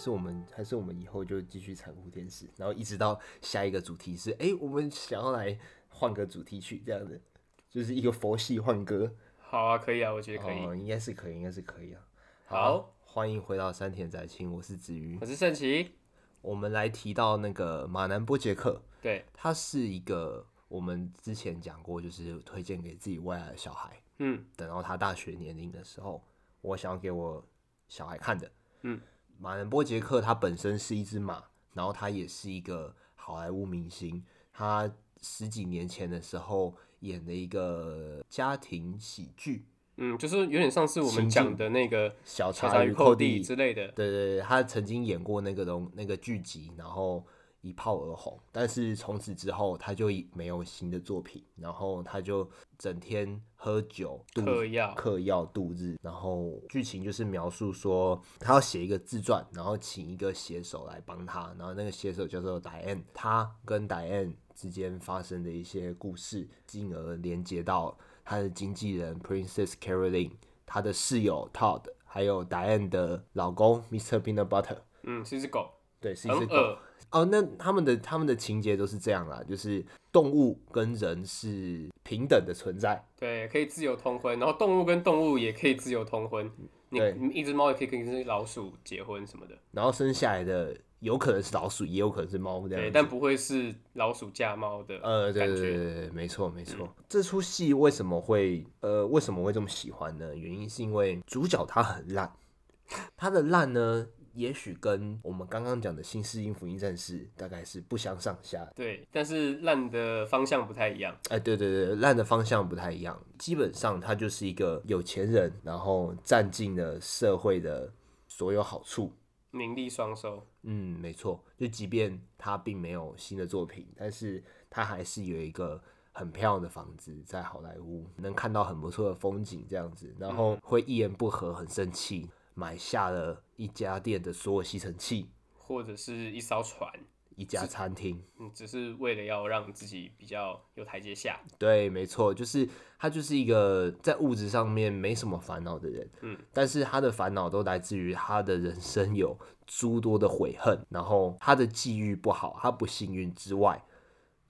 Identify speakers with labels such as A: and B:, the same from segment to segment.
A: 是我们还是我们以后就继续残酷天使，然后一直到下一个主题是，哎、我们想要来换个主题曲这样子，就是一个佛系换歌，
B: 好啊，可以啊，我觉得可以。
A: 哦，应该是可以，应该是可以啊。
B: 好，
A: 欢迎回到山田宅青，我是子瑜
B: 我。是圣奇，
A: 我们来提到那个马南波杰克，
B: 对，
A: 他是一个我们之前讲过，就是推荐给自己未来的小孩，
B: 嗯，
A: 等到他大学年龄的时候，我想要给我小孩看的。
B: 嗯，
A: 马南波杰克他本身是一只马，然后他也是一个好莱坞明星。他十几年前的时候演了一个家庭喜剧
B: 嗯，就是有点上次我们
A: 情
B: 讲
A: 境
B: 的那个
A: 《小
B: 调
A: 茶
B: 查
A: 与
B: 与
A: 寇
B: 寇
A: 弟
B: 弟》之类的，
A: 对对对，他曾经演过那个东那个剧集，然后一炮而红，但是从此之后他就没有新的作品，然后他就整天喝酒、度
B: 嗑药
A: 嗑药度日，然后剧情就是描述说他要写一个自传，然后请一个写手来帮他，然后那个写手叫做 Diane，他跟 Diane 之间发生的一些故事，进而连接到他的经纪人 Princess Caroline，他的室友 Todd，还有 Diane 的老公 Mr. Peanut Butter，
B: 嗯，是一只狗，
A: 对，是一
B: 很
A: 只狗。
B: 恶，
A: 哦，那他们的他们的情节都是这样啦，就是动物跟人是平等的存在，
B: 对，可以自由通婚，然后动物跟动物也可以自由通婚，你
A: 对
B: 你一只猫也可以跟一只老鼠结婚什么的，
A: 然后生下来的有可能是老鼠，也有可能是猫这样子。
B: 对，但不会是老鼠嫁猫的
A: 呃，对
B: 感
A: 对
B: 觉嗯
A: 对对对，没错没错。这出戏为什么会呃为什么会这么喜欢呢？原因是因为主角他很烂，他的烂呢，也许跟我们刚刚讲的《新世英福音战士》大概是不相上下。
B: 对，但是烂的方向不太一样，
A: 哎，对对对，烂的方向不太一样。基本上他就是一个有钱人，然后占尽了社会的所有好处，
B: 名利双收，
A: 嗯，没错，就即便他并没有新的作品，但是他还是有一个很漂亮的房子在好莱坞，能看到很不错的风景这样子，然后会一言不合很生气，买下了一家店的所有吸尘器，
B: 或者是一艘船，
A: 一家餐厅。
B: 嗯，只是为了要让自己比较有台阶下，
A: 对，没错，就是他就是一个在物质上面没什么烦恼的人，
B: 嗯，
A: 但是他的烦恼都来自于他的人生有诸多的悔恨，然后他的际遇不好，他不幸运之外，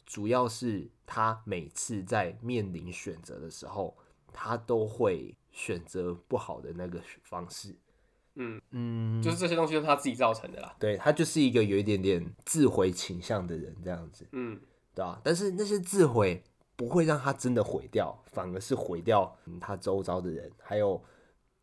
A: 主要是他每次在面临选择的时候，他都会选择不好的那个方式，
B: 嗯
A: 嗯，
B: 就是这些东西都是他自己造成的啦，
A: 对他就是一个有一点点自毁倾向的人这样子，
B: 嗯，
A: 对吧、但是那些自毁不会让他真的毁掉，反而是毁掉、嗯他周遭的人，还有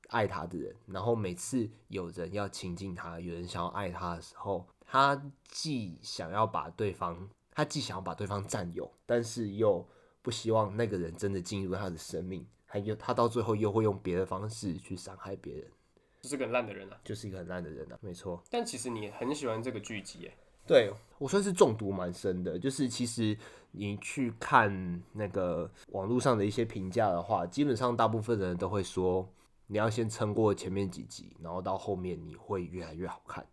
A: 爱他的人。然后每次有人要亲近他，有人想要爱他的时候，他既想要把对方，他既想要把对方占有，但是又不希望那个人真的进入他的生命，还有他到最后又会用别的方式去伤害别人，
B: 就是个很烂的人啊。
A: 就是一个很烂的人啊，没错。
B: 但其实你很喜欢这个剧集耶，
A: 对我算是中毒蛮深的，就是其实你去看那个网络上的一些评价的话，基本上大部分人都会说，你要先撑过前面几集，然后到后面你会越来越好看。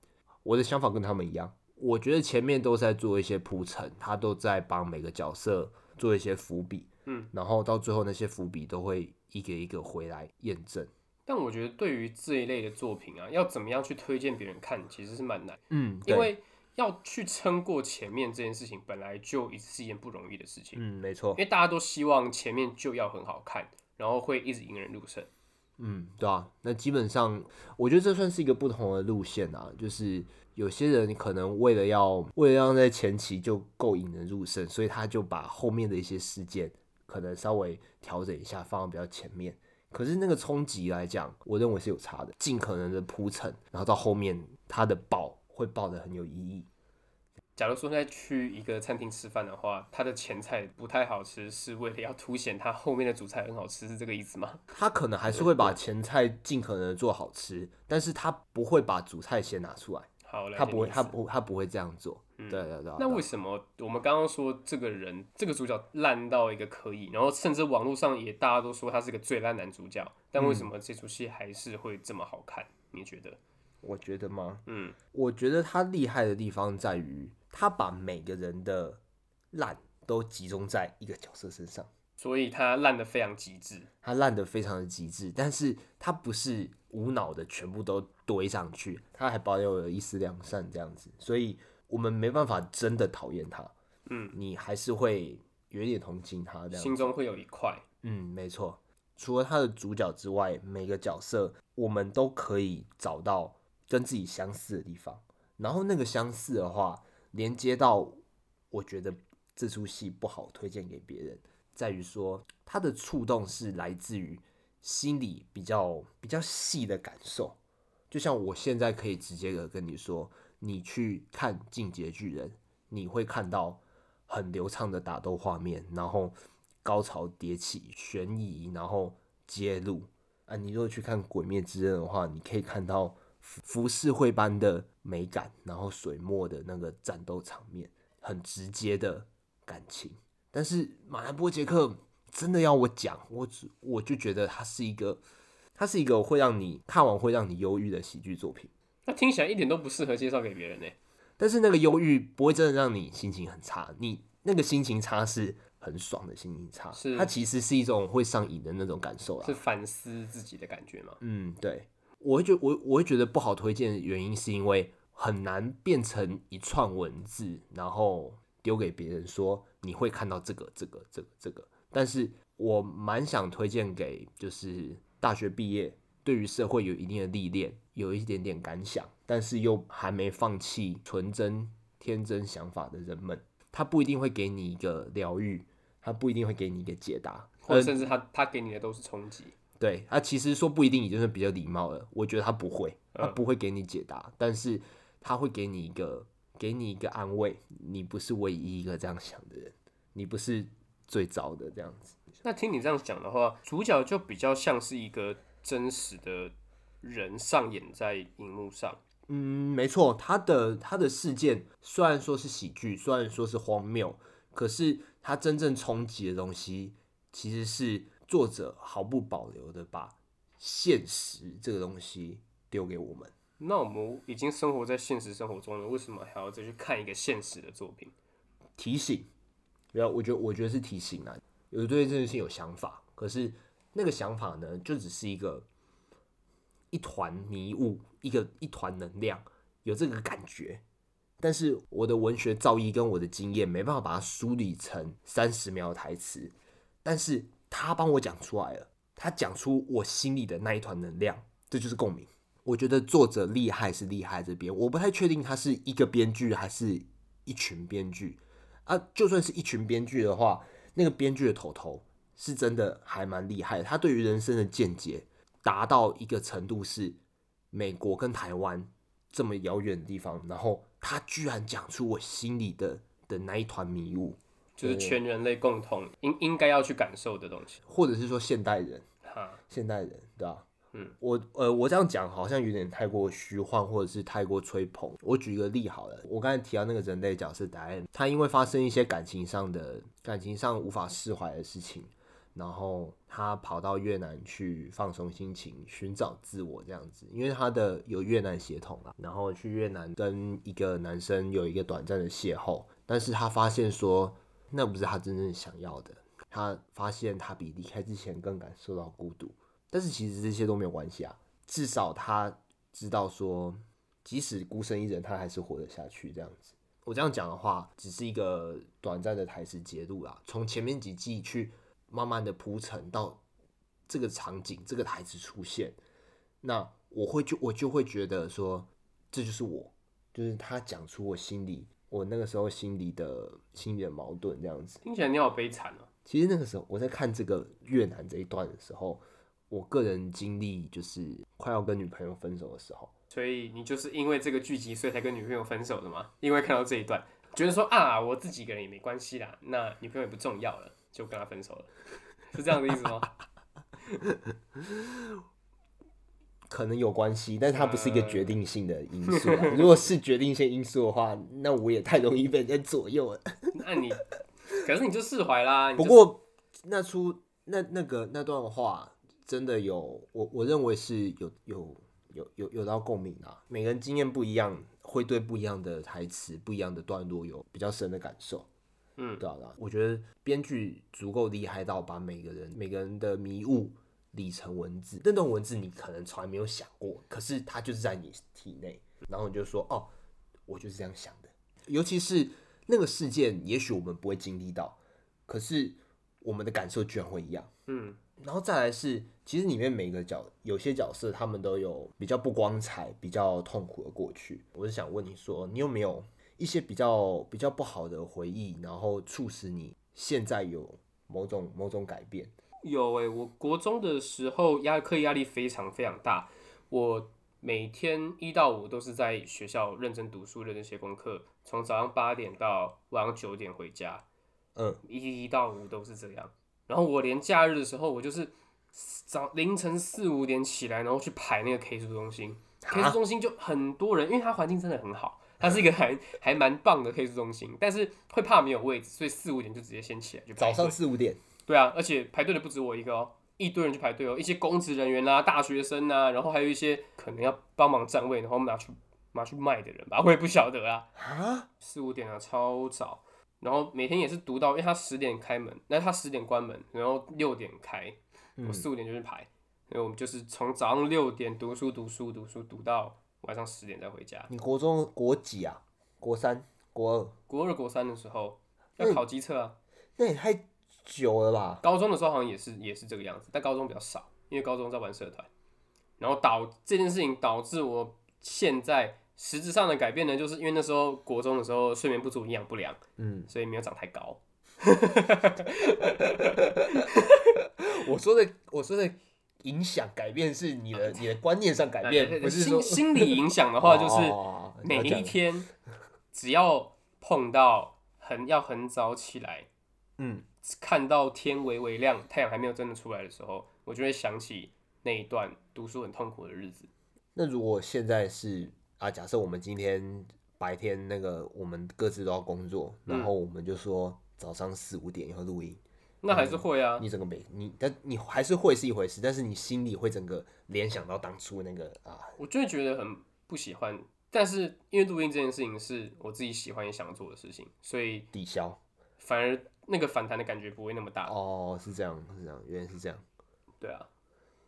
A: 我的想法跟他们一样，我觉得前面都在做一些铺陈，他都在帮每个角色做一些伏笔，
B: 嗯，
A: 然后到最后那些伏笔都会一个一个回来验证。
B: 但我觉得对于这一类的作品啊，要怎么样去推荐别人看，其实是蛮难，
A: 嗯，对
B: 因为要去撑过前面这件事情，本来就已是一件不容易的事情，
A: 嗯，没错
B: 因，为大家都希望前面就要很好看，然后会一直引人入胜。
A: 嗯，对啊，那基本上我觉得这算是一个不同的路线啊，就是有些人可能为了要为了要在前期就够引人入胜，所以他就把后面的一些事件可能稍微调整一下，放到比较前面。可是那个冲击来讲，我认为是有差的，尽可能的铺陈，然后到后面它的爆会爆的很有意义。
B: 假如说在去一个餐厅吃饭的话，它的前菜不太好吃，是为了要凸显它后面的主菜很好吃，是这个意思吗？
A: 他可能还是会把前菜尽可能地做好吃，但是他不会把主菜先拿出来，
B: 好，了
A: 他
B: 解
A: 不会，
B: 你意思嗯
A: 他不，他不会这样做。对对对啊对
B: 那为什么我们刚刚说这个人，这个主角烂到一个可以，然后甚至网络上也大家都说他是个最烂男主角，但为什么这出戏还是会这么好看？你觉得？
A: 我觉得吗？
B: 嗯，
A: 我觉得他厉害的地方在于，他把每个人的烂都集中在一个角色身上。
B: 所以他烂的非常极致。
A: 他烂得非常的极致，但是他不是无脑的全部都堆上去，他还保有了一丝良善这样子，所以我们没办法真的讨厌他，
B: 嗯，
A: 你还是会有一点同情他这样
B: 心
A: 子，
B: 中会有一块，
A: 嗯，没错。除了他的主角之外，每个角色我们都可以找到跟自己相似的地方，然后那个相似的话，连接到我觉得这出戏不好推荐给别人，在于说它的触动是来自于心里比较比较细的感受。就像我现在可以直接的跟你说，你去看《进阶巨人》，你会看到很流畅的打斗画面，然后高潮迭起、悬疑，然后揭露。啊，你如果去看《鬼灭之刃》的话，你可以看到浮浮世绘般的美感，然后水墨的那个战斗场面，很直接的感情。但是马兰波杰克真的要我讲，我只我就觉得它是一个，它是一个会让你看完会让你忧郁的喜剧作品。
B: 那听起来一点都不适合介绍给别人呢、
A: 但是那个忧郁不会真的让你心情很差，你那个心情差是很爽的心情差，
B: 是
A: 它其实是一种会上瘾的那种感受啦
B: 是。反思自己的感觉吗？
A: 嗯，对，我会觉我我会觉得不好推荐的原因是因为很难变成一串文字，然后丢给别人说你会看到这个这个这个这个。但是我蛮想推荐给就是大学毕业，对于社会有一定的历练，有一点点感想，但是又还没放弃纯真天真想法的人们，他不一定会给你一个疗愈，他不一定会给你一个解答，呃
B: 或者甚至他他给你的都是冲击，
A: 对，他其实说不一定已经是比较礼貌了。我觉得他不会，他不会给你解答，但是他会给你一个给你一个安慰，你不是唯一一个这样想的人，你不是最糟的这样子。
B: 那听你这样讲的话，主角就比较像是一个真实的人上演在荧幕上，
A: 嗯，没错，他的他的事件虽然说是喜剧，虽然说是荒谬，可是他真正冲击的东西，其实是作者毫不保留的把现实这个东西丢给我们。
B: 那我们已经生活在现实生活中了，为什么还要再去看一个现实的作品？
A: 提醒，不要，我觉得我觉得是提醒啊。有对这件事情有想法，可是那个想法呢，就只是一个一团迷雾，一个一团能量，有这个感觉。但是我的文学造诣跟我的经验没办法把它梳理成三十秒的台词，但是他帮我讲出来了，他讲出我心里的那一团能量，这就是共鸣。我觉得作者厉害是厉害这边，我不太确定他是一个编剧还是一群编剧啊。就算是一群编剧的话，那个编剧的头头是真的还蛮厉害的，他对于人生的见解达到一个程度是美国跟台湾这么遥远的地方，然后他居然讲出我心里的的那一团迷雾，
B: 就是全人类共同应应该要去感受的东西。
A: 或者是说现代人。
B: 哈，
A: 现代人，对吧、
B: 嗯，
A: 我呃，我这样讲好像有点太过虚幻，或者是太过吹捧。我举一个例好了，我刚才提到那个人类角色达恩，他因为发生一些感情上的感情上无法释怀的事情，然后他跑到越南去放松心情，寻找自我这样子。因为他的有越南血统啊，然后去越南跟一个男生有一个短暂的邂逅，但是他发现说那不是他真正想要的。他发现他比离开之前更感受到孤独，但是其实这些都没有关系啊，至少他知道说，即使孤身一人，他还是活得下去这样子。我这样讲的话，只是一个短暂的台词截录啦，从前面几季去慢慢的铺陈到这个场景、这个台词出现，那我会就我就会觉得说，这就是我，就是他讲出我心里我那个时候心里的心里的矛盾这样子。
B: 听起来你好悲惨哦、
A: 其实那个时候我在看这个越南这一段的时候，我个人经历就是快要跟女朋友分手的时候，
B: 所以你就是因为这个剧集，所以才跟女朋友分手的吗？因为看到这一段，觉得说啊，我自己一个人也没关系啦，那女朋友也不重要了，就跟他分手了，是这样的意思吗？
A: 可能有关系，但是它不是一个决定性的因素啊。如果是决定性因素的话，那我也太容易被人家左右了。
B: 那你，可是你就释怀啦。你
A: 不
B: 就
A: 过那出那那个那段话真的有，我我认为是有有有有有到共鸣啊。每个人经验不一样，会对不一样的台词、不一样的段落有比较深的感受。
B: 嗯
A: 对啊，对啊我觉得编剧足够厉害到把每个人每个人的迷雾理成文字，那段文字你可能从来没有想过，可是它就是在你体内，然后你就说哦，我就是这样想的。尤其是那个事件，也许我们不会经历到，可是我们的感受居然会一样。
B: 嗯
A: 然后再来是，其实里面每个角有些角色他们都有比较不光彩、比较痛苦的过去。我是想问你说，你有没有一些比较比较不好的回忆，然后促使你现在有某种某种改变？
B: 有诶、我国中的时候压课业压力非常非常大，我每天一到五都是在学校认真读书、认真写功课，从早上八点到晚上九点回家，
A: 嗯，
B: 一到五都是这样。然后我连假日的时候，我就是早凌晨四五点起来，然后去排那个 K 书中心。K
A: 啊
B: 书中心就很多人，因为它环境真的很好，它是一个还还蛮棒的 K 书中心，但是会怕没有位置，所以四五点就直接先起来就
A: 早上四五点，
B: 对啊，而且排队的不止我一个哦，一堆人去排队哦，一些公职人员啦、大学生呐、然后还有一些可能要帮忙占位，然后拿去拿去卖的人吧，我也不晓得啊。
A: 啊，
B: 四五点啊，超早。然后每天也是读到，因为他十点开门，那他十点关门，然后六点开，我四五点就去排，所以我们就是从早上六点读书读书读书读到晚上十点再回家。
A: 你国中国几啊？国三、国二，
B: 国二国三的时候要考机测啊，
A: 那也太久了吧？
B: 高中的时候好像也是也是这个样子，但高中比较少，因为高中在玩社团，然后导这件事情导致我现在实质上的改变呢，就是因为那时候国中的时候睡眠不足、营养不良，
A: 嗯，
B: 所以没有长太高。
A: 我说的我说的影响改变是你
B: 啊
A: 的你的观念上改
B: 哎
A: 变，不是
B: 心
A: 说
B: 心理影响的话，就是
A: 哦
B: 每
A: 了解
B: 一天只要碰到很要很早起来，
A: 嗯，
B: 看到天微微亮，太阳还没有真的出来的时候，我就会想起那一段读书很痛苦的日子。
A: 那如果现在是啊，假设我们今天白天那个我们各自都要工作，然后我们就说早上四五点要录音，
B: 那
A: 嗯
B: 还是会啊，
A: 你整个没你，但你还是会是一回事，但是你心里会整个联想到当初那个啊，
B: 我就会觉得很不喜欢。但是因为录音这件事情是我自己喜欢也想做的事情，所以
A: 抵消
B: 反而那个反弹的感觉不会那么大。
A: 哦，是这样，是这样，原来是这样。
B: 对啊，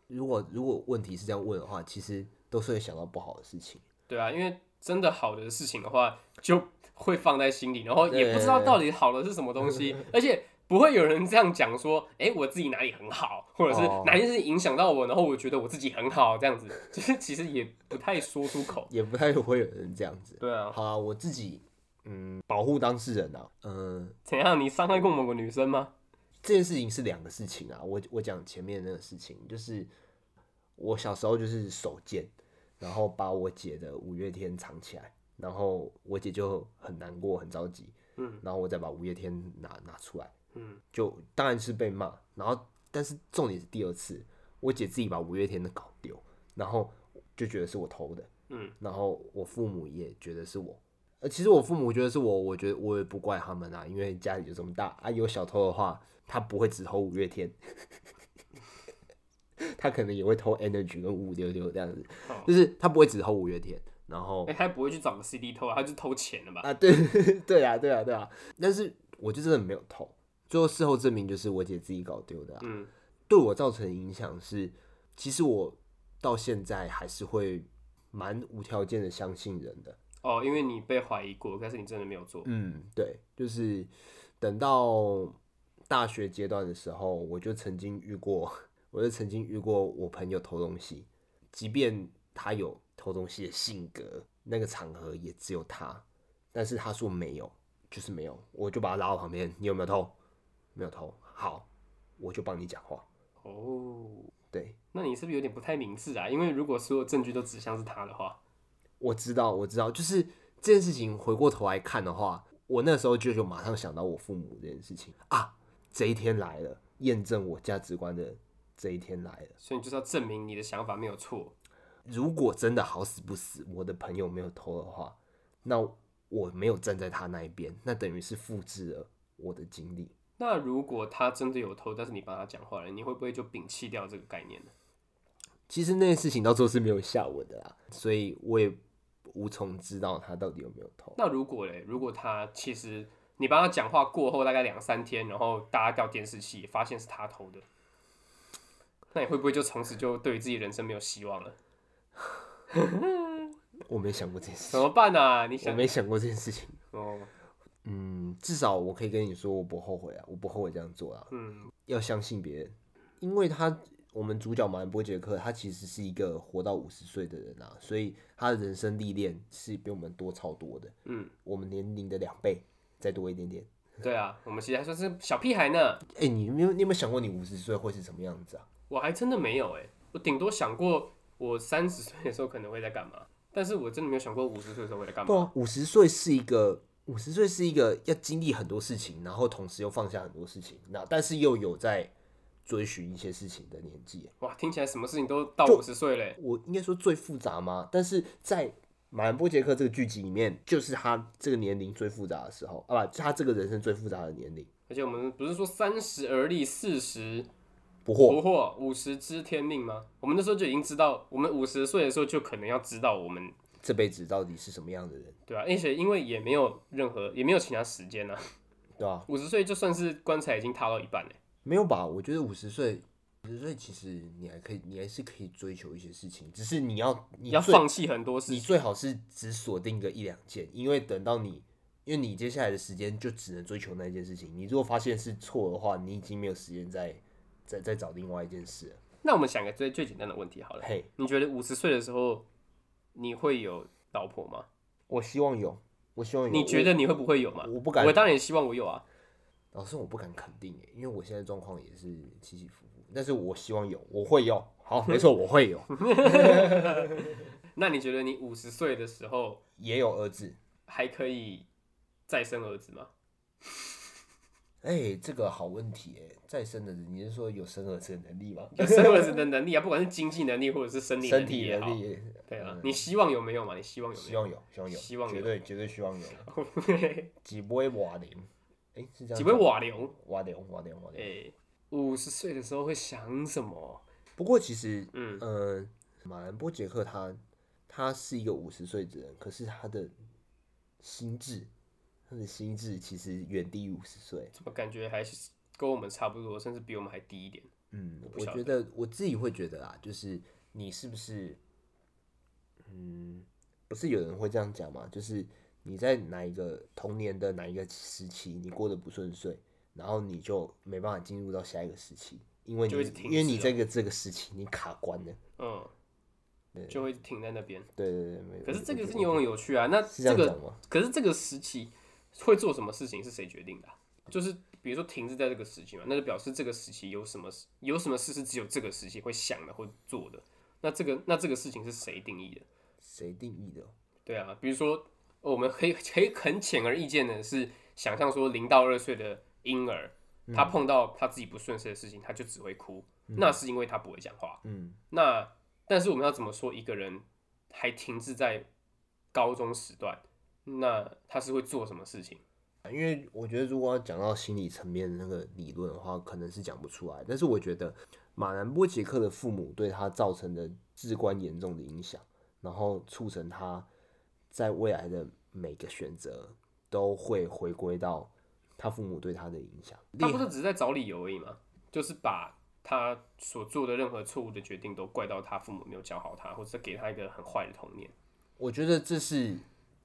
A: 如果如果问题是这样问的话，其实都是会想到不好的事情。
B: 对啊，因为真的好的事情的话，就会放在心里，然后也
A: 对
B: 不知道到底好的是什么东西，而且不会有人这样讲说，哎、我自己哪里很好，或者是
A: 哦
B: 哪件事情影响到我，然后我觉得我自己很好这样子，就是其实也不太说出口。
A: 也不太会有人这样子。
B: 对啊，
A: 好啊，我自己嗯，保护当事人啊，嗯，
B: 怎样？你伤害过某个女生吗？
A: 这件事情是两个事情啊。我我讲前面那个事情，就是我小时候就是手贱，然后把我姐的五月天藏起来，然后我姐就很难过，很着急。
B: 嗯，
A: 然后我再把五月天拿拿出来，
B: 嗯，
A: 就当然是被骂。然后但是重点是第二次，我姐自己把五月天的搞丢，然后就觉得是我偷的。
B: 嗯，
A: 然后我父母也觉得是我。呃，其实我父母觉得是我，我觉得我也不怪他们啊，因为家里就这么大啊，有小偷的话，他不会只偷五月天， 他可能也会偷 Energy 跟五五六六这样子，
B: 哦
A: 就是他不会只偷五月天，然后
B: 哎、他不会去找个 CD 偷啊，他就偷钱了吧？
A: 啊，对 对啊，对啊，对啊。但是我就真的没有偷，最后事后证明就是我姐自己搞丢的、啊。
B: 嗯，
A: 对我造成的影响是，其实我到现在还是会蛮无条件的相信人的。
B: 哦，因为你被怀疑过，但是你真的没有做。
A: 嗯，对，就是等到大学阶段的时候，我就曾经遇过，我就曾经遇过我朋友偷东西，即便他有偷东西的性格，那个场合也只有他，但是他说没有，就是没有，我就把他拉到旁边，你有没有偷？没有偷，好，我就帮你讲话。
B: 哦，
A: 对，
B: 那你是不是有点不太明智啊？因为如果所有证据都指向是他的话，
A: 我知道，我知道，就是这件事情回过头来看的话，我那时候就就马上想到我父母这件事情啊，这一天来了，验证我价值观的这一天来了。
B: 所以你就是要证明你的想法没有错。
A: 如果真的好死不死，我的朋友没有偷的话，那我没有站在他那一边，那等于是复制了我的经历。
B: 那如果他真的有偷，但是你帮他讲话了，你会不会就摒弃掉这个概念呢？
A: 其实那件事情到最后是没有下文的啦，所以我也无从知道他到底有没有偷。
B: 那如果嘞，如果他其实你帮他讲话过后大概两三天，然后大家掉监视器，发现是他偷的，那你会不会就从此就对于自己人生没有希望了？
A: 我没想过这件事
B: 怎，么办啊？你
A: 我
B: 想
A: 没想过这件事情。
B: 哦，
A: 嗯，至少我可以跟你说，我不后悔啊，我不后悔这样做啊。
B: 嗯，
A: 要相信别人，因为他我们主角马兰波杰克，他其实是一个活到五十岁的人啊，所以他的人生历练是比我们多超多的，
B: 嗯，
A: 我们年龄的两倍，再多一点点。
B: 对啊，我们其实还算是小屁孩呢。
A: 哎、你有没有你有没有想过你五十岁会是什么样子啊？
B: 我还真的没有哎、我顶多想过我三十岁的时候可能会在干嘛，但是我真的没有想过五十岁的时候会在干
A: 对
B: 嘛。
A: 啊，五十岁是一个五十岁是一个要经历很多事情，然后同时又放下很多事情，那但是又有在追寻一些事情的年纪。啊
B: 哇，听起来什么事情都到
A: 就
B: 五十岁嘞，
A: 我应该说最复杂吗？但是在马兰波杰克这个剧集里面，就是他这个年龄最复杂的时候啊，不，他这个人生最复杂的年龄。
B: 而且我们不是说三十而立，四十
A: 不惑，
B: 不惑，五十知天命吗？我们那时候就已经知道，我们五十岁的时候就可能要知道我们
A: 这辈子到底是什么样的人，
B: 对啊，而且因为也没有任何也没有其他时间啊，
A: 对吧、
B: 五十岁就算是棺材已经踏到一半嘞。
A: 没有吧？我觉得五十岁，五十岁其实你还可以，你还是可以追求一些事情，只是你要你
B: 要
A: 最
B: 放弃很多事
A: 你
B: 情。
A: 最好是只锁定个一两件，因为等到你，因为你接下来的时间就只能追求那件事情。你如果发现是错的话，你已经没有时间再再再找另外一件事了。
B: 那我们想个最最简单的问题好了，
A: 嘿，
B: 你觉得五十岁的时候你会有老婆吗？
A: 我希望有，我希望有。
B: 你觉得你会不会有吗
A: 我？？我不敢
B: 我，当然也希望我有啊。
A: 老师我不敢肯定欸耶，因为我现在状况也是起起伏伏。但是我希望有，我会有。好，没错，我会 有，
B: 那你觉得你五十岁的时候
A: 也有儿子。
B: 还可以再生儿 子吗？
A: 哎、这个好问题哎，再生的人，你是说有生儿子的能力吗？
B: 有生儿子的能力啊，不管是经济能力或者是生理
A: 身
B: 力
A: 体
B: 也好
A: 能，力，
B: 对啊
A: 嗯，
B: 你希望有没有嘛？你希望有没
A: 希
B: 有？
A: 望有，希望有，
B: 希望有
A: 绝对绝对希望 有。几杯瓦林，哎、是这样讲吗。
B: 几位瓦流？
A: 瓦林，瓦林，瓦林。
B: 哎，五十岁的时候会想什么？
A: 不过其实，
B: 嗯
A: 呃，马兰波杰克他他是一个五十岁的人，可是他的心智，他的心智其实远低于五十岁。
B: 怎么感觉还是跟我们差不多，甚至比我们还低一点？
A: 嗯，我
B: 不晓
A: 觉得我自己会觉得啦，就是你是不是，嗯，不是有人会这样讲嘛？就是你在哪一个童年的哪一个时期，你过得不顺遂，然后你就没办法进入到下一个时期，因为你
B: 就一直停
A: 因为你
B: 滞
A: 这个这个时期你卡关了。
B: 嗯，就会停在那边。
A: 对对对，没有
B: 可是
A: 我
B: 这
A: 我
B: 个
A: 觉
B: 是
A: 得
B: 游泳有趣啊，那
A: 是这样
B: 个
A: 讲吗？
B: 可是这个时期会做什么事情是谁决定的啊、就是比如说停滞在这个时期嘛，那就表示这个时期有什么事有什么事是只有这个时期会想的或做的。那这个那这个事情是谁定义的？
A: 谁定义的？哦
B: 对啊，比如说我们可以可以很显而易见的是想象说零到二岁的婴儿，他碰到他自己不顺遂的事情，他就只会哭，那是因为他不会讲话。
A: 嗯，
B: 那但是我们要怎么说一个人还停滞在高中时段？那他是会做什么事情？
A: 因为我觉得如果要讲到心理层面的那个理论的话，可能是讲不出来。但是我觉得马南波杰克的父母对他造成的至关严重的影响，然后促成他在未来的每个选择都会回归到他父母对他的影响。
B: 他不是只是在找理由而已吗？就是把他所做的任何错误的决定都怪到他父母没有教好他，或者是给他一个很坏的童年。
A: 我觉得这是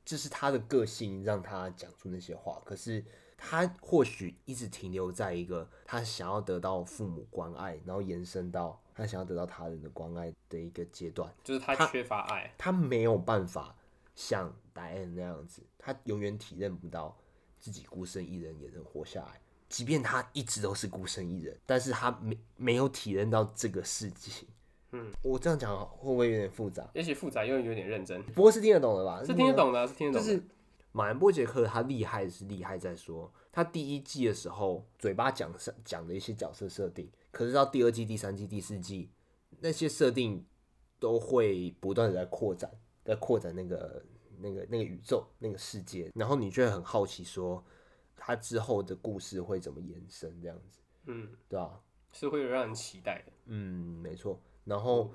A: 这是他的个性让他讲出那些话，可是他或许一直停留在一个他想要得到父母关爱，然后延伸到他想要得到他人的关爱的一个阶段，
B: 就是他
A: 他
B: 缺乏爱，
A: 他没有办法像戴安那样子，他永远体认不到自己孤身一人也能活下来。即便他一直都是孤身一人，但是他没没有体认到这个事情。嗯，我这样讲会不会有点复杂？
B: 也许复杂又有点认真，
A: 不过是听得懂的吧？
B: 是听得懂的啊、是听得
A: 就
B: 懂的。
A: 是马兰波杰克他厉害是厉害在说，他第一季的时候嘴巴讲是讲的一些角色设定，可是到第二季、第三季、第四季，那些设定都会不断的在扩展，在扩展那个那个那个宇宙那个世界，然后你就会很好奇说，他之后的故事会怎么延伸这样子，
B: 嗯，
A: 对吧、
B: 是会让人期待的。
A: 嗯，没错。然后，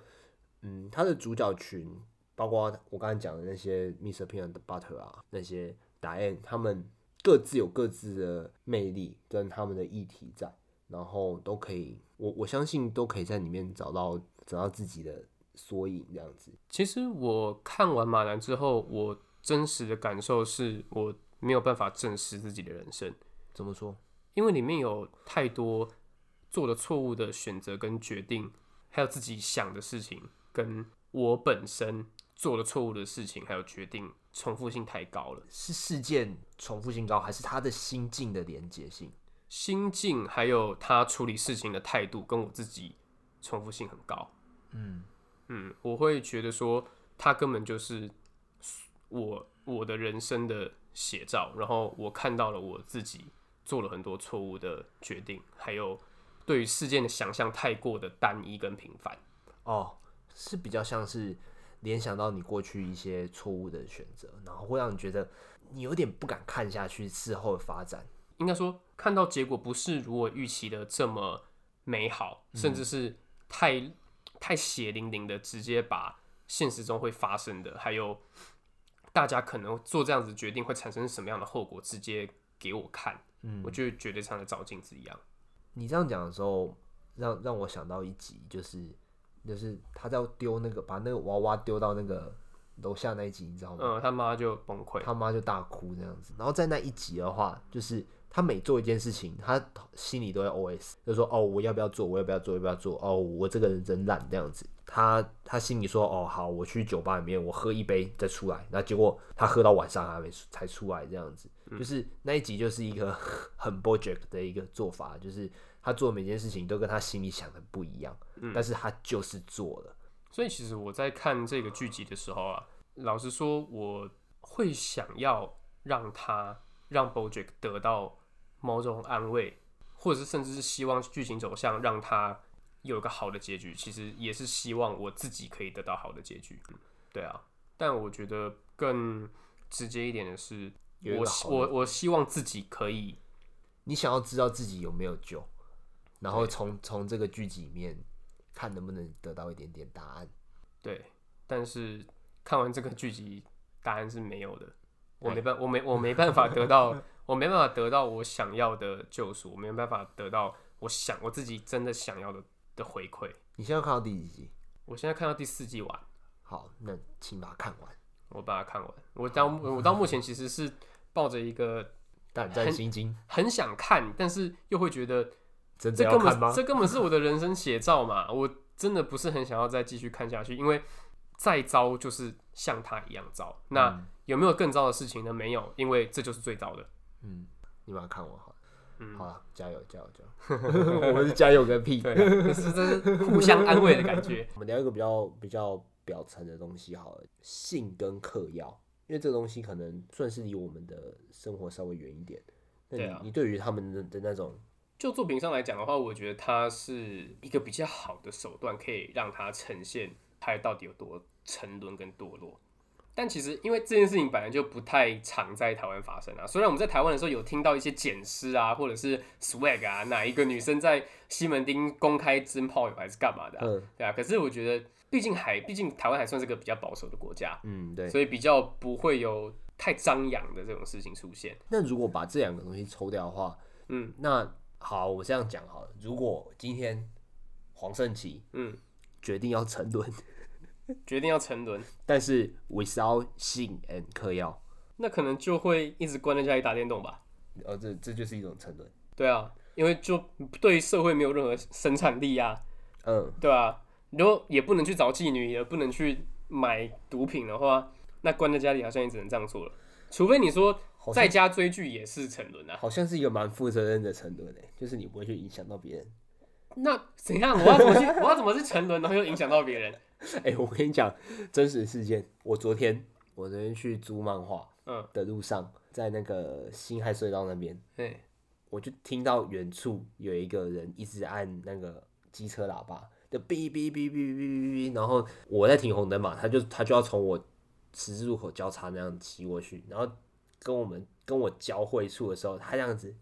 A: 嗯，他的主角群包括我刚才讲的那些 Mr. Peanut Butter 啊，那些 Diane，他们各自有各自的魅力跟他们的议题在，然后都可以，我我相信都可以在里面找到找到自己的缩影这样子。
B: 其实我看完马兰之后，我真实的感受是我没有办法正视自己的人生，
A: 怎么说？
B: 因为里面有太多做了错误的选择跟决定，还有自己想的事情，跟我本身做了错误的事情还有决定，重复性太高了。
C: 是事件重复性高，还是他的心境的连结性？
B: 心境还有他处理事情的态度，跟我自己重复性很高。
C: 嗯，
B: 嗯，我会觉得说他根本就是我我的人生的写照，然后我看到了我自己做了很多错误的决定，还有对于事件的想象太过的单一跟平凡。
C: 哦，是比较像是联想到你过去一些错误的选择，然后会让你觉得你有点不敢看下去事后的发展。
B: 应该说看到结果不是如我预期的这么美好，甚至是太太血淋淋的，直接把现实中会发生的，还有大家可能做这样子决定会产生什么样的后果，直接给我看，
C: 嗯
B: 我就觉得像在照镜子一样。
C: 你这样讲的时候，让让我想到一集，就是就是他在丢那个把那个娃娃丢到那个楼下那一集，你知道吗？
B: 嗯，他妈就崩溃。
C: 他妈就大哭这样子。然后在那一集的话，就是他每做一件事情，他心里都在 OS，就说哦，我要不要做？我要不要做？要不要做？哦，我这个人真烂这样子。他他心里说哦，好，我去酒吧里面我喝一杯再出来。那结果他喝到晚上还没出才出来这样子，就是那一集就是一个 很 BoJack 的一个做法，就是他做每件事情都跟他心里想的不一样，但是他就是做了。
B: 所以其实我在看这个剧集的时候啊，老实说，我会想要让他让 BoJack 得到某种安慰，或者是甚至是希望剧情走向让他有一个好的结局。其实也是希望我自己可以得到好的结局。对啊，但我觉得更直接一点的是，
C: 有一个
B: 我
C: 好的
B: 我我希望自己可以
C: 你想要知道自己有没有救，然后从从这个剧集里面看能不能得到一点点答案。
B: 对，但是看完这个剧集，答案是没有的。我没办，我没我没办法得到，我没办法得到我想要的救赎，我没办法得到我想我自己真的想要的的回馈。
C: 你现在看到第几集？
B: 我现在看到第四季完，
C: 好，那请把它看完，
B: 我把它看完。我到我到目前其实是抱着一个
C: 胆战心 惊，
B: 很想看，但是又会觉得
C: 真的
B: 这
C: 要
B: 根
C: 看吗
B: 本？这根本是我的人生写照嘛！我真的不是很想要再继续看下去，因为再糟就是像他一样糟。那、有没有更糟的事情呢？没有，因为这就是最糟的。
C: 嗯，你把它看完好了。
B: 嗯
C: 好了，加油加油加油！我 们是加油个屁！
B: 对啊，就是 这是互相安慰的感觉。
A: 我们聊一个比较比较表层的东西好了，性跟嗑药，因为这个东西可能算是离我们的生活稍微远一点。那你
B: 对啊
A: 你对于他们的的那种
B: 就作品上来讲的话，我觉得它是一个比较好的手段，可以让它呈现它到底有多沉沦跟堕落。但其实，因为这件事情本来就不太常在台湾发生啊。虽然我们在台湾的时候有听到一些捡尸啊，或者是 swag 啊，哪一个女生在西门町公开真炮友还是干嘛的、啊，
A: 嗯
B: 对啊。可是我觉得，毕竟还毕竟台湾还算是个比较保守的国家，
A: 嗯对，
B: 所以比较不会有太张扬的这种事情出现。
A: 那如果把这两个东西抽掉的话，
B: 嗯，
A: 那好，我这样讲好了。如果今天黄圣琪
B: 嗯，
A: 决定要沉沦，
B: 决定要沉沦，
A: 但是 without 性 and 嗑药，
B: 那可能就会一直关在家里打电动吧。
A: 呃，这这就是一种沉沦。
B: 对啊，因为就对社会没有任何生产力啊，
A: 嗯，
B: 对啊，然后也不能去找妓女，也不能去买毒品的话，那关在家里好像也只能这样做了。除非你说
A: 好像
B: 在家追剧也是沉沦啊，
A: 好像是一个蛮负责任的沉沦诶、欸就是你不会去影响到别人。
B: 那怎样？我要怎么去？我要怎么去沉沦，然后又影响到别人？
A: 哎、我跟你讲真实事件，我昨天我昨天去租漫画
B: 嗯，
A: 的路上，在那个辛亥隧道那边，
B: 对，
A: 我就听到远处有一个人一直按那个机车喇叭，就哔哔哔哔哔哔哔，然后我在停红灯嘛，他就他就要从我十字路口交叉那样骑过去，然后跟我们跟我交汇处的时候，他这样子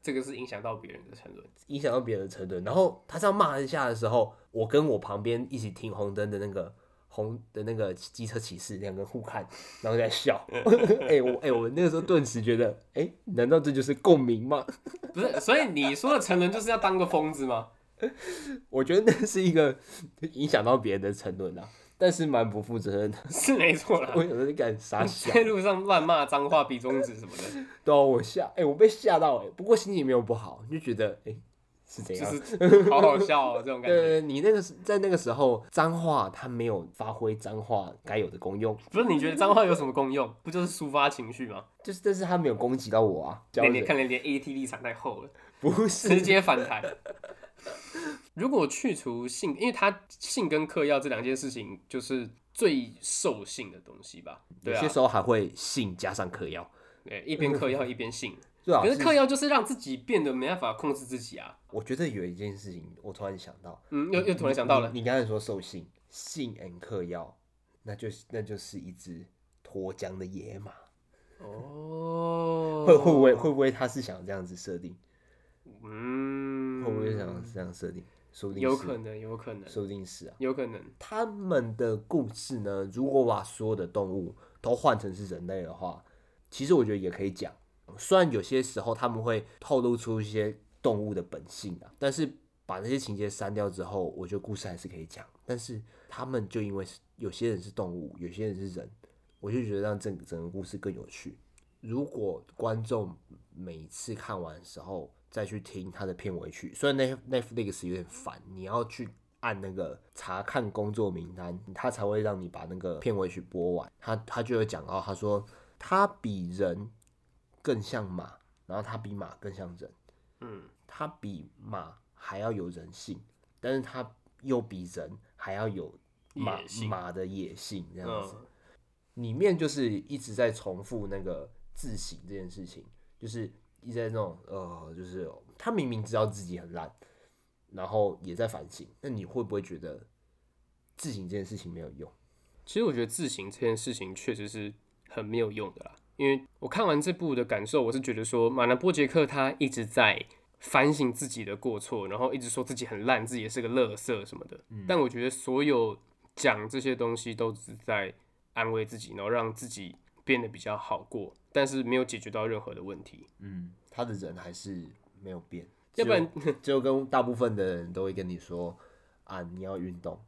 B: 这个是影响到别人的沉沦。
A: 影响到别人的沉沦，然后他这样骂一下的时候，我跟我旁边一起停红灯的那个红的那个机车骑士两个人互看，然后在笑。 哎、我哎、我那个时候顿时觉得，哎、难道这就是共鸣吗？
B: 不是，所以你说的沉沦就是要当个疯子吗？
A: 我觉得那是一个 影响到别人的沉沦啊，但是蛮不负责任的。
B: 是没错啦
A: 我。有时候敢傻 笑，
B: 在路上乱骂脏话、比中指什么的，
A: 对啊，我吓，哎、我被吓到哎、不过心情没有不好，就觉得哎、是怎
B: 就
A: 样？
B: 是好好笑哦，这种感觉。
A: 呃，你那个是在那个时候，脏话它没有发挥脏话该有的功用，
B: 不是你觉得脏话有什么功用？不就是抒发情绪吗？
A: 就是但是它没有攻击到我啊，教
B: 连连
A: 人
B: 看连连 AT 立场太厚了，
A: 不是
B: 直接反弹。如果去除性，因为他性跟嗑药这两件事情就是最兽性的东西吧？对
A: 有
B: 啊
A: 些，时候还会性加上嗑药，
B: 对，一边嗑药一边 性。
A: 对啊。
B: 可是
A: 是
B: 嗑药就是让自己变得没办法控制自己啊。
A: 我觉得有一件事情，我突然想到，
B: 嗯，又又突然想到了，
A: 你你刚才说兽性，性 and 嗑药，那就是那就是一只脱缰的野马，
B: 哦，
A: 嗯会会不会会不会他是想这样子设定？
B: 嗯，
A: 会不会想这样设定？说不定
B: 有
A: 是
B: 可，能，有可能，
A: 说不定是啊。
B: 有可能。
A: 他们的故事呢，如果把所有的动物都换成是人类的话，其实我觉得也可以讲。虽然有些时候他们会透露出一些动物的本性啊，但是把那些情节删掉之后，我觉得故事还是可以讲。但是他们就因为是有些人是动物，有些人是人，我就觉得让整整个故事更有趣。如果观众每次看完的时候再去听它的片尾曲，虽然那 Netflix 有点烦，你要去按那个查看工作名单，它才会让你把那个片尾曲播完。他他就有讲到，他说它比人更像马，然后它比马更像人，
B: 嗯，
A: 它比马还要有人性，但是它又比人还要有马
B: 野性
A: 马的野性这样子。
B: 嗯
A: 里面就是一直在重复那个自省这件事情，就是一直在那种呃，就是他明明知道自己很烂，然后也在反省，那你会不会觉得自省这件事情没有用？
B: 其实我觉得自省这件事情确实是很没有用的啦，因为我看完这部的感受，我是觉得说马南波杰克他一直在反省自己的过错，然后一直说自己很烂，自己也是个垃圾什么的。但我觉得所有讲这些东西都只是在安慰自己，然后让自己变得比较好过，但是没有解决到任何的问题。
A: 嗯，他的人还是没有变，
B: 要不然
A: 就就跟大部分的人都会跟你说啊，你要运动，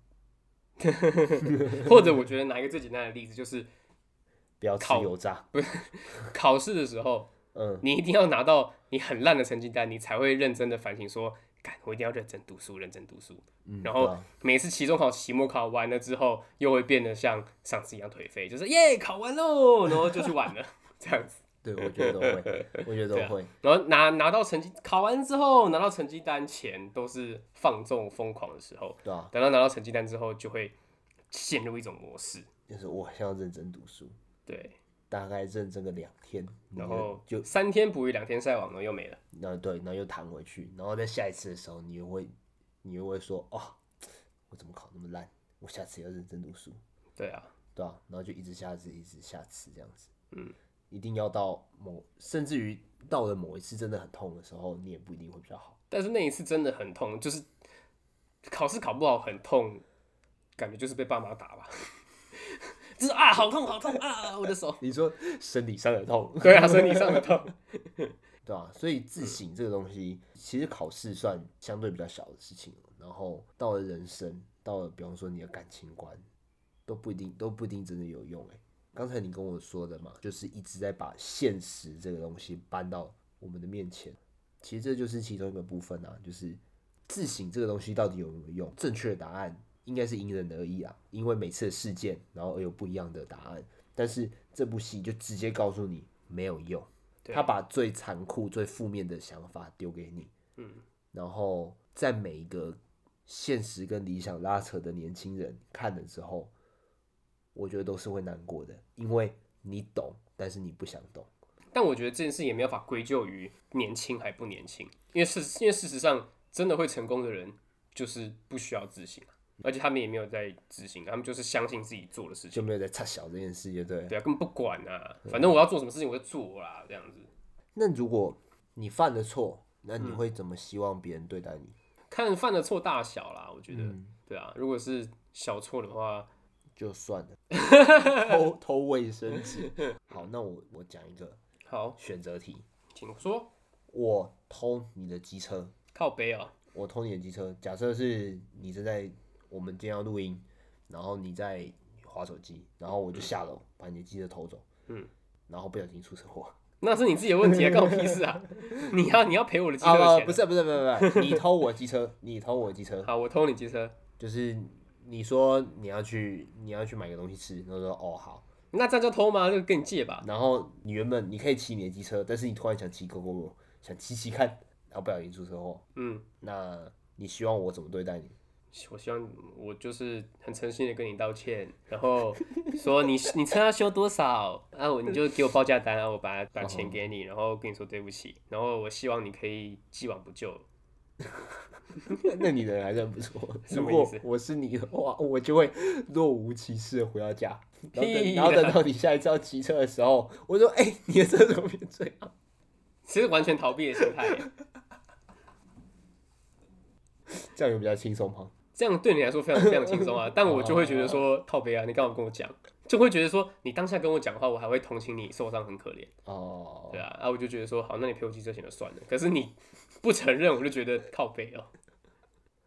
B: 或者我觉得拿一个最简单的例子，就是
A: 不要吃
B: 靠
A: 油炸，
B: 考试的时候，
A: 嗯，
B: 你一定要拿到你很烂的成绩单，你才会认真的反省说，干，我一定要认真读书，认真读书。
A: 嗯
B: 然后
A: 啊
B: 每次期中考、期末考完了之后，又会变得像上次一样颓废，就是耶，考完喽，然后就去玩了， 这样子。
A: 对我觉得都会，我觉得
B: 对啊
A: 都会，
B: 然后拿拿到成绩，考完之后拿到成绩单前都是放纵疯狂的时候，
A: 对啊，
B: 等到拿到成绩单之后，就会陷入一种模式。
A: 就是我好像要认真读书，
B: 对，
A: 大概认真个两天，你
B: 然
A: 就
B: 后
A: 就
B: 三天捕鱼两天晒网了，又没了。
A: 然后对，然后又弹回去，然后在下一次的时候，你又会，你又会说，哦，我怎么考那么烂？我下次要认真读书，
B: 对啊，
A: 对吧、然后就一直下次，一直下次这样子，
B: 嗯，
A: 一定要到某，甚至于到了某一次真的很痛的时候，你也不一定会比较好。
B: 但是那一次真的很痛，就是考试考不好很痛，感觉就是被爸妈打吧， 就是啊，好痛好痛啊，我的手。
A: 你说生理上的痛，
B: 对啊，身体上的痛。
A: 对吧、所以自省这个东西，其实考试算相对比较小的事情了，然后到了人生，到了比方说你的感情观，都不一定都不一定真的有用、欸。刚才你跟我说的嘛，就是一直在把现实这个东西搬到我们的面前，其实这就是其中一个部分啊，就是自省这个东西到底有没有用？正确的答案应该是因人而异啊，因为每次的事件，然后而有不一样的答案。但是这部戏就直接告诉你没有用，
B: 对
A: 他把最残酷、最负面的想法丢给你，
B: 嗯，
A: 然后在每一个现实跟理想拉扯的年轻人看了之后，我觉得都是会难过的，因为你懂，但是你不想懂。
B: 但我觉得这件事也没有法归咎于年轻还不年轻，因为事因为事实上真的会成功的人就是不需要自信，啊而且他们也没有在自信，他们就是相信自己做的事情。
A: 就没有在插小这件事，就对了。
B: 对啊，根本不管啊，反正我要做什么事情我就做啦，这样子。
A: 那如果你犯了错，那
B: 嗯
A: 你会怎么希望别人对待你？
B: 嗯看犯的错大小啦，我觉得，对啊，如果是小错的话，
A: 就算 了，偷偷卫生纸。好，那我我讲一个
B: 好，
A: 选择题，
B: 请说，
A: 我偷你的机车，
B: 靠背啊，
A: 我偷你的机车。假设是你正在我们今天要录音，然后你在划手机，然后我就下楼把你的机车偷走，
B: 嗯，
A: 然后不小心出车祸。
B: 那是你自己的问题啊，关我屁 事啊！你要你要赔我的机车的
A: 啊
B: 钱啊、
A: 不是不是不是不是，你偷我机车，你偷我机车，
B: 好，我偷你机车，
A: 就是你说你要去你要去买个东西吃，然后说哦好，
B: 那这样叫偷吗？就跟你借吧。
A: 然后你原本你可以骑你的机车，但是你突然想骑 GoGo，想骑骑看，然后不小心出车祸，
B: 嗯，
A: 那你希望我怎么对待你？
B: 我希望我就是很诚心的跟你道歉，然后说你 你车要修多少，啊我你就给我报价单，啊我把把钱给你，然后跟你说对不起，然后我希望你可以既往不咎。
A: 那你人还算不错。
B: 什
A: 如
B: 么意
A: 果
B: 思
A: 我是你的话，我就会若无其事的回到家，然后等
B: 屁啦
A: 然后等到你下一次要骑车的时候，我说哎、你的车怎么变这样？
B: 其实完全逃避的心态耶，
A: 这样有比较轻松吗？
B: 这样对你来说非常非常轻松啊，但我就会觉得说靠背啊，你干嘛跟我讲？就会觉得说你当下跟我讲话，我还会同情你受伤很可怜。
A: 哦
B: 对，啊，啊，我就觉得说好，那你赔我机车钱就算了。可是你不承认，我就觉得靠背哦。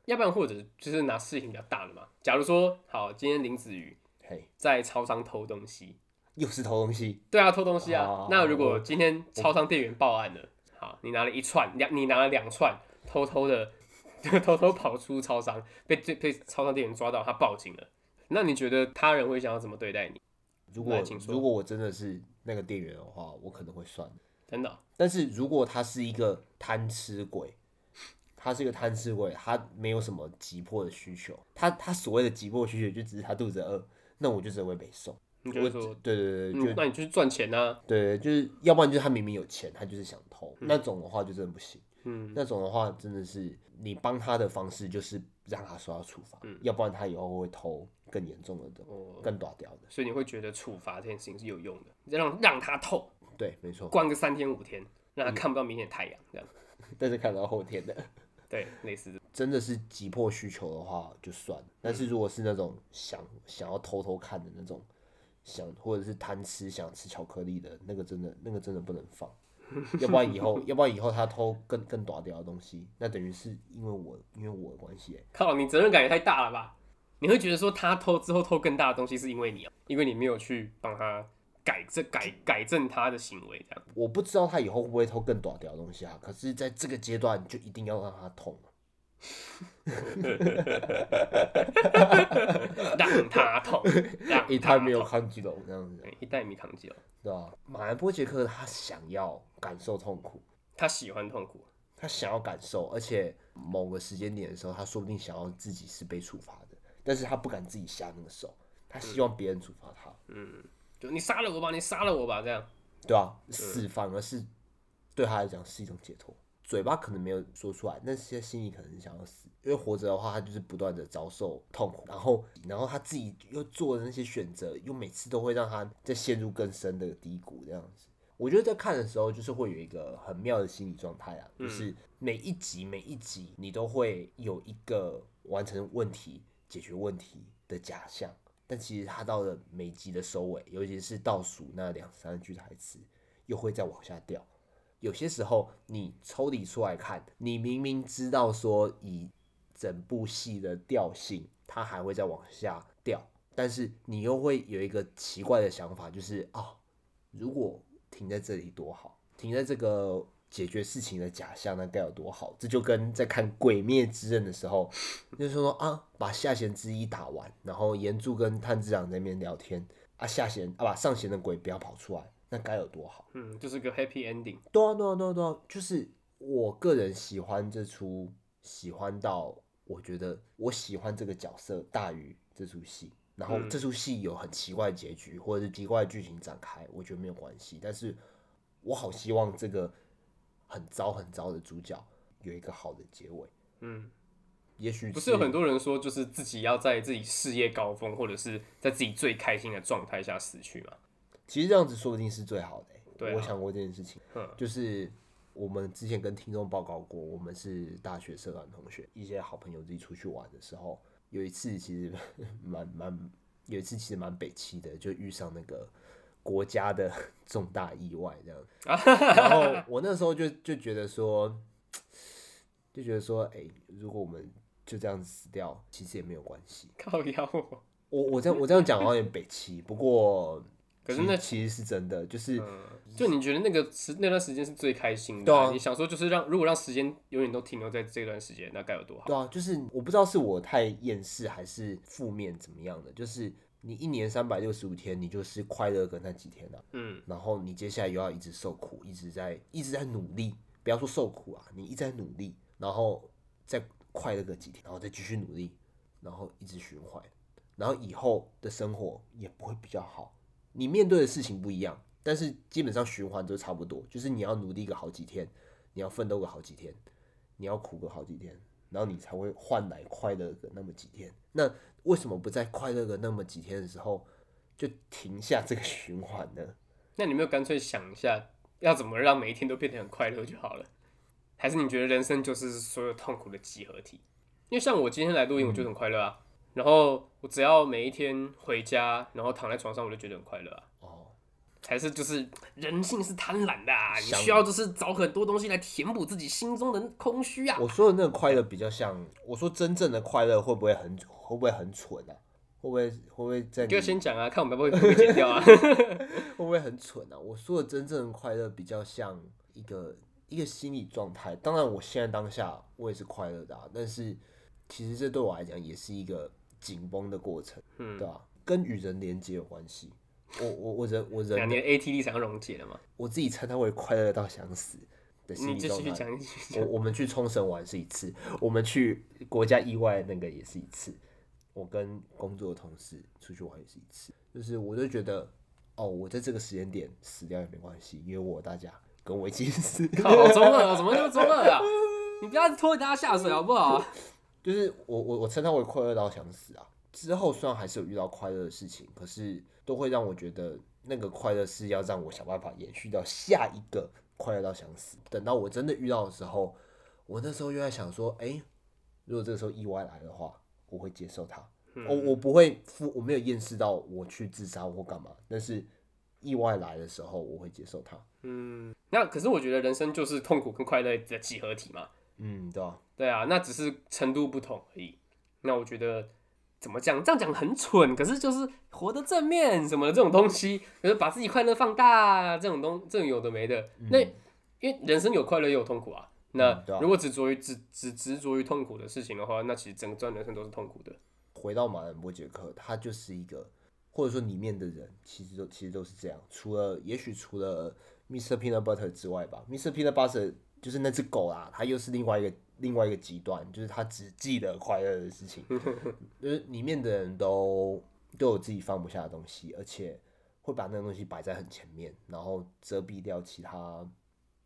B: 要不然或者就是拿事情比较大的嘛。假如说好，今天林子瑜
A: 嘿，
B: 在超商偷东西，
A: 又是偷东西。
B: 对啊，偷东西啊。
A: 哦
B: 那如果今天超商店员报案了，好，你拿了一串，两你拿了两串，偷偷的 偷偷跑出超商，被被被超商店员抓到，他报警了。那你觉得他人会想要怎么对待你？
A: 如果
B: 来请说
A: 如果我真的是那个店员的话，我可能会算。
B: 真的哦、
A: 但是如果他是一个贪吃鬼，他是一个贪吃鬼，他没有什么急迫的需求，他他所谓的急迫需求就只是他肚子饿，那我就只会被送。
B: 你觉
A: 我
B: 得
A: 只
B: 说，
A: 对对对，就、
B: 嗯，那你去赚钱呐、
A: 对对，就是要不然就是他明明有钱，他就是想偷，那种的话就真的不行。
B: 嗯，
A: 那种的话真的是你帮他的方式就是让他受到处罚，要不然他以后会偷更严重的的、
B: 哦
A: 更短掉的。
B: 所以你会觉得处罚这件事情是有用的，让让他透，
A: 对，没错，
B: 关个三天五天，让他
A: 嗯
B: 看不到明显的太阳，这样
A: 但是看到后天的。
B: 对，类似的
A: 真的是急迫需求的话就算了，但是如果是那种想想要偷偷看的那种，想或者是贪吃想吃巧克力的那个，真的那个真的不能放，要不然以 后要不然以后他偷更更短掉的东西，那等于是因为我因为我的关系欸，
B: 靠，你责任感也太大了吧？你会觉得说他偷之后偷更大的东西是因为你啊，因为你没有去帮他改正改改正他的行为，这样
A: 我不知道他以后会不会偷更短掉的东西啊，可是在这个阶段就一定要让他痛啊，
B: 让他透，让
A: 一
B: 他
A: 旦没有
B: 透
A: 抗拒了这样子，
B: 对一代米康吉哦，
A: 对吧、马兰波杰克他想要感受痛苦，
B: 他喜欢痛苦，
A: 他想要感受，而且某个时间点的时候，他说不定想要自己是被处罚的，但是他不敢自己下那个手，他希望别人处罚他，
B: 就你杀了我吧，你杀了我吧，这样
A: 对啊，死反而是对他来讲是一种解脱。嘴巴可能没有说出来，但是心里可能是想要死，因为活着的话，他就是不断的遭受痛苦，然后，然后他自己又做的那些选择，又每次都会让他再陷入更深的低谷，这样子。我觉得在看的时候，就是会有一个很妙的心理状态啊，就是每一集每一集，你都会有一个完成问题、解决问题的假象，但其实它到了每集的收尾，尤其是倒数那两三句台词，又会再往下掉。有些时候你抽离出来看，你明明知道说以整部戏的调性，它还会再往下掉，但是你又会有一个奇怪的想法，就是哦，如果停在这里多好，停在这个解决事情的假象，那该有多好！这就跟在看《鬼灭之刃》的时候，就是说啊，把下弦之一打完，然后岩柱跟炭治郎在那边聊天啊，下弦啊，把上弦的鬼不要跑出来，那该有多好！
B: 嗯，就是个 happy ending，
A: 对啊，对啊，对啊，对啊，就是我个人喜欢这出，喜欢到我觉得我喜欢这个角色大于这出戏。然后
B: 嗯
A: 这出戏有很奇怪的结局，或者是奇怪的剧情展开，我觉得没有关系。但是我好希望这个很糟很糟的主角有一个好的结尾。
B: 嗯。
A: 也许
B: 不是有很多人说，就是自己要在自己事业高峰，或者是在自己最开心的状态下死去嘛？
A: 其实这样子说不定是最好的欸、
B: 对啊
A: 我想过这件事情
B: 嗯，
A: 就是我们之前跟听众报告过，我们是大学社团同学，一些好朋友自己出去玩的时候，有一次其实 蛮蛮有一次其实蛮北气的，就遇上那个国家的 重大意外这样。 然后我那时候就就觉得说，就觉得说，哎、如果我们就这样子死掉，其实也没有关系。
B: 靠腰哦，
A: 我我这样我这样讲好像有点北气，不过
B: 可是
A: 其
B: 那嗯
A: 其实是真的，就是
B: 就你觉得那个时那段时间是最开心的、
A: 对
B: 啊，
A: 啊
B: 你想说就是让如果让时间永远都停留在这段时间，那该有多好？
A: 对啊，就是我不知道是我太厌世还是负面怎么样的，就是你一年三百六十五天，你就是快乐跟那几天啊，
B: 嗯，
A: 然后你接下来又要一直受苦，一直在一直在努力，不要说受苦啊，你一直在努力，然后再快乐个几天，然后再继续努力，然后一直循环，然后以后的生活也不会比较好，你面对的事情不一样，但是基本上循环都差不多，就是你要努力个好几天，你要奋斗个好几天，你要苦个好几天，然后你才会换来快乐的那么几天。那为什么不在快乐的那么几天的时候就停下这个循环呢？
B: 那你没有干脆想一下，要怎么让每一天都变得很快乐就好了？还是你觉得人生就是所有痛苦的集合体？因为像我今天来录音，我就很快乐啊。然后我只要每一天回家，然后躺在床上，我就觉得很快乐啊。
A: 哦，
B: 还是就是人性是贪婪的、啊，你
A: 想
B: 需要就是找很多东西来填补自己心中的空虚啊。
A: 我说的那个快乐比较像，我说真正的快乐会不会很会不会很蠢啊？会不会会不会在
B: 你
A: 你
B: 就先讲啊，看我们会不会剪掉啊。
A: 会不会很蠢啊？我说的真正的快乐比较像一个一个心理状态。当然，我现在当下我也是快乐的、啊，但是其实这对我来讲也是一个紧绷的过程，
B: 嗯
A: 对吧、啊跟与人连接有关系。我我我人我人
B: 两年 ATD 想要溶解 了嘛？
A: 我自己称它为快乐到想死的心
B: 你
A: 理
B: 继
A: 状
B: 续
A: 态。
B: 讲，继续
A: 我
B: 讲。
A: 我们去冲绳玩是一次，我们去国家意外那个也是一次，我跟工作的同事出去玩也是一次，就是我就觉得，哦，我在这个时间点死掉也没关系，因为我有大家跟我一起死，
B: 好中二啊，怎么就中二啊？你不要拖大家下水好不 好？啊
A: 就是我我我称它为快乐到想死啊。之后虽然还是有遇到快乐的事情，可是都会让我觉得那个快乐是要让我想办法延续到下一个快乐到想死。等到我真的遇到的时候，我那时候又在想说，哎、如果这个时候意外来的话，我会接受它。哦我我不会负，我没有厌世到我去自杀或干嘛，但是意外来的时候，我会接受它。
B: 嗯，那可是我觉得人生就是痛苦跟快乐的集合体嘛。
A: 嗯，对吧、
B: 对啊，那只是程度不同而已。那我觉得怎么讲，这样讲很蠢，可是就是活得正面什么的这种东西，就是把自己快乐放大这种东，这种有的没的。那因为人生有快乐也有痛苦啊。那
A: 嗯对啊
B: 如果只着于只只执着于痛苦的事情的话，那其实整个段人生都是痛苦的。
A: 回到马兰伯杰克，他就是一个，或者说里面的人，其实都其实都是这样。除了也许除了 Mr. Peanut Butter 之外吧，Mr. Peanut Butter 就是那只狗啦，它又是另外一个另外一个极端，就是它只记得快乐的事情，就是里面的人都都有自己放不下的东西，而且会把那个东西摆在很前面，然后遮蔽掉其他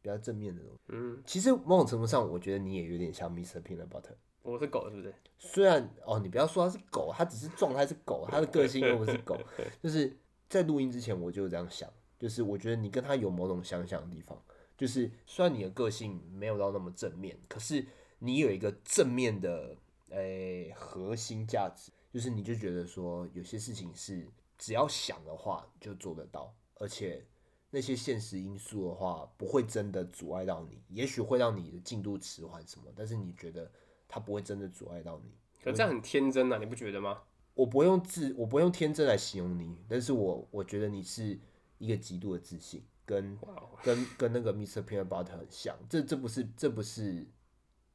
A: 比较正面的东西。
B: 嗯，
A: 其实某种程度上，我觉得你也有点像 Mr. Peanut Butter。
B: 我是狗，是不是？
A: 虽然哦，你不要说它是狗，它只是状态是狗，它的个性又不是狗。 就是在录音之前我就有这样想，就是我觉得你跟它有某种相像的地方，就是虽然你的个性没有到那么正面，可是你有一个正面的诶、核呃心价值，就是你就觉得说有些事情是只要想的话就做得到，而且那些现实因素的话，不会真的阻碍到你，也许会让你的进度迟缓什么，但是你觉得它不会真的阻碍到你。
B: 可是这样很天真啊，你不觉得吗？
A: 我不会用自，我不会用天真来形容你，但是我我觉得你是一个极度的自信，跟
B: 哇哦，
A: 跟跟那个 Mr. Peanut Butter 很像。这这不是这不是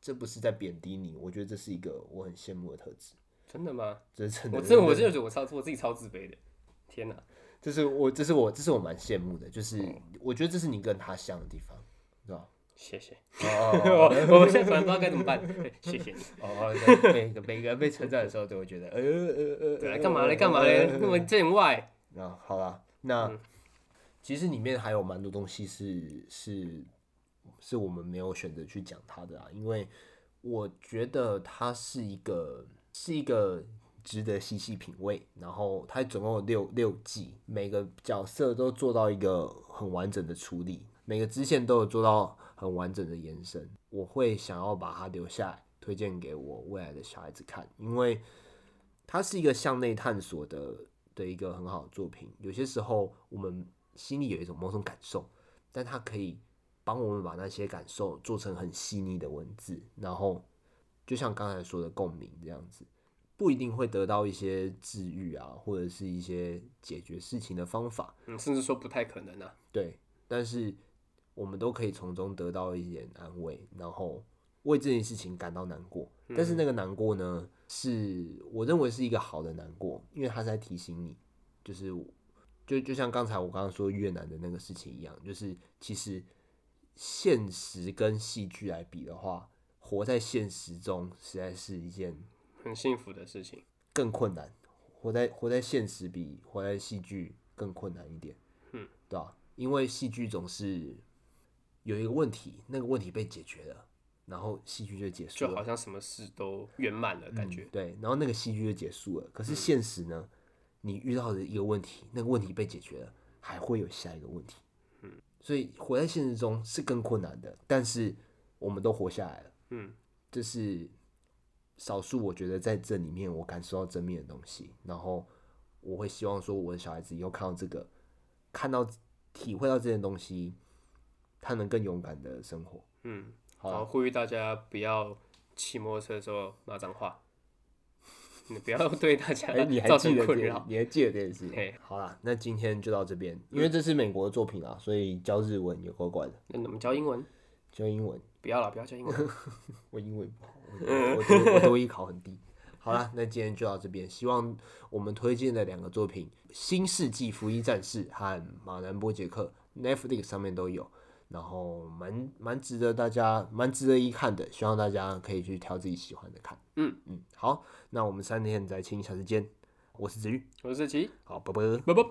A: 这不是在贬低你，我觉得这是一个我很羡慕的特质。
B: 真的吗？
A: 这是真的，
B: 我真的我真的觉得我超我自己超自卑的。天哪、
A: 这是我这是我这是我蛮羡慕的，就是我觉得这是你跟他像的地方，对吧？
B: 谢谢。
A: 哦
B: 我我现在突然不知道该怎么办， 对谢谢你。
A: 哦哦，每个每个人被称赞的时候都会觉得，呃呃呃，呃
B: 对啊，干嘛嘞？干嘛嘞？那么见外，
A: 啊，好啦，那、其实里面还有蛮多东西是是是我们没有选择去讲它的啊，因为我觉得它是一个是一个值得细细品味，然后它总共有六六季，每个角色都做到一个很完整的处理，每个支线都有做到很完整的延伸，我会想要把它留下来，推荐给我未来的小孩子看，因为它是一个向内探索的的一个很好的作品。有些时候我们心里有一种某种感受，但它可以帮我们把那些感受做成很细腻的文字，然后就像刚才说的共鸣这样子，不一定会得到一些治愈啊，或者是一些解决事情的方法，
B: 嗯，甚至说不太可能啊。
A: 对，但是我们都可以从中得到一点安慰，然后为这件事情感到难过。但是那个难过呢，是我认为是一个好的难过，因为它是在提醒你，就是就就像刚才我刚刚说越南的那个事情一样，就是其实现实跟戏剧来比的话，活在现实中实在是一件
B: 很幸福的事情，
A: 更困难，活在活在现实比活在戏剧更困难一点，
B: 嗯，
A: 对吧、因为戏剧总是有一个问题，那个问题被解决了，然后戏剧就结束
B: 就
A: 了嗯
B: 好，像什么事都圆满了感觉。嗯
A: 对，然后那个戏剧就结束了。可是现实呢，你遇到的一个问题，那个问题被解决了，还会有下一个问题，嗯，所以活在现实中是更困难的，但是我们都活下来了。
B: 嗯，
A: 这是少数我觉得在这里面我感受到正面的东西，然后我会希望说我的小孩子以后看到这个，看到体会到这些东西，他能更勇敢的生活。
B: 嗯，
A: 好啊
B: 然
A: 啦
B: 后呼吁大家不要骑摩托车的时候骂脏话， 你不要对大家
A: 哎、 你还
B: 造
A: 记
B: 成
A: 得这
B: 困
A: 件
B: 扰。
A: 你还记得这件事
B: 嘿？嗯
A: 好啦，那今天就到这边，因为这是美国的作品啊，所以教日文也怪怪的，
B: 那我们教英文，
A: 教英文。
B: 不要了，不要教 英文。
A: 我英文不好，我我多我多一考很低。 好啦，那今天就到这边。希望我们推荐的两个作品《新世纪福音战士》和《马南波杰克》，Netflix 上面都有，然后蛮蛮值得大家蛮值得一看的，希望大家可以去挑自己喜欢的看。
B: 嗯
A: 嗯，好，那我们三天再见，下次见。我是子玉，
B: 我是志奇，
A: 好，拜拜。
B: 拜拜。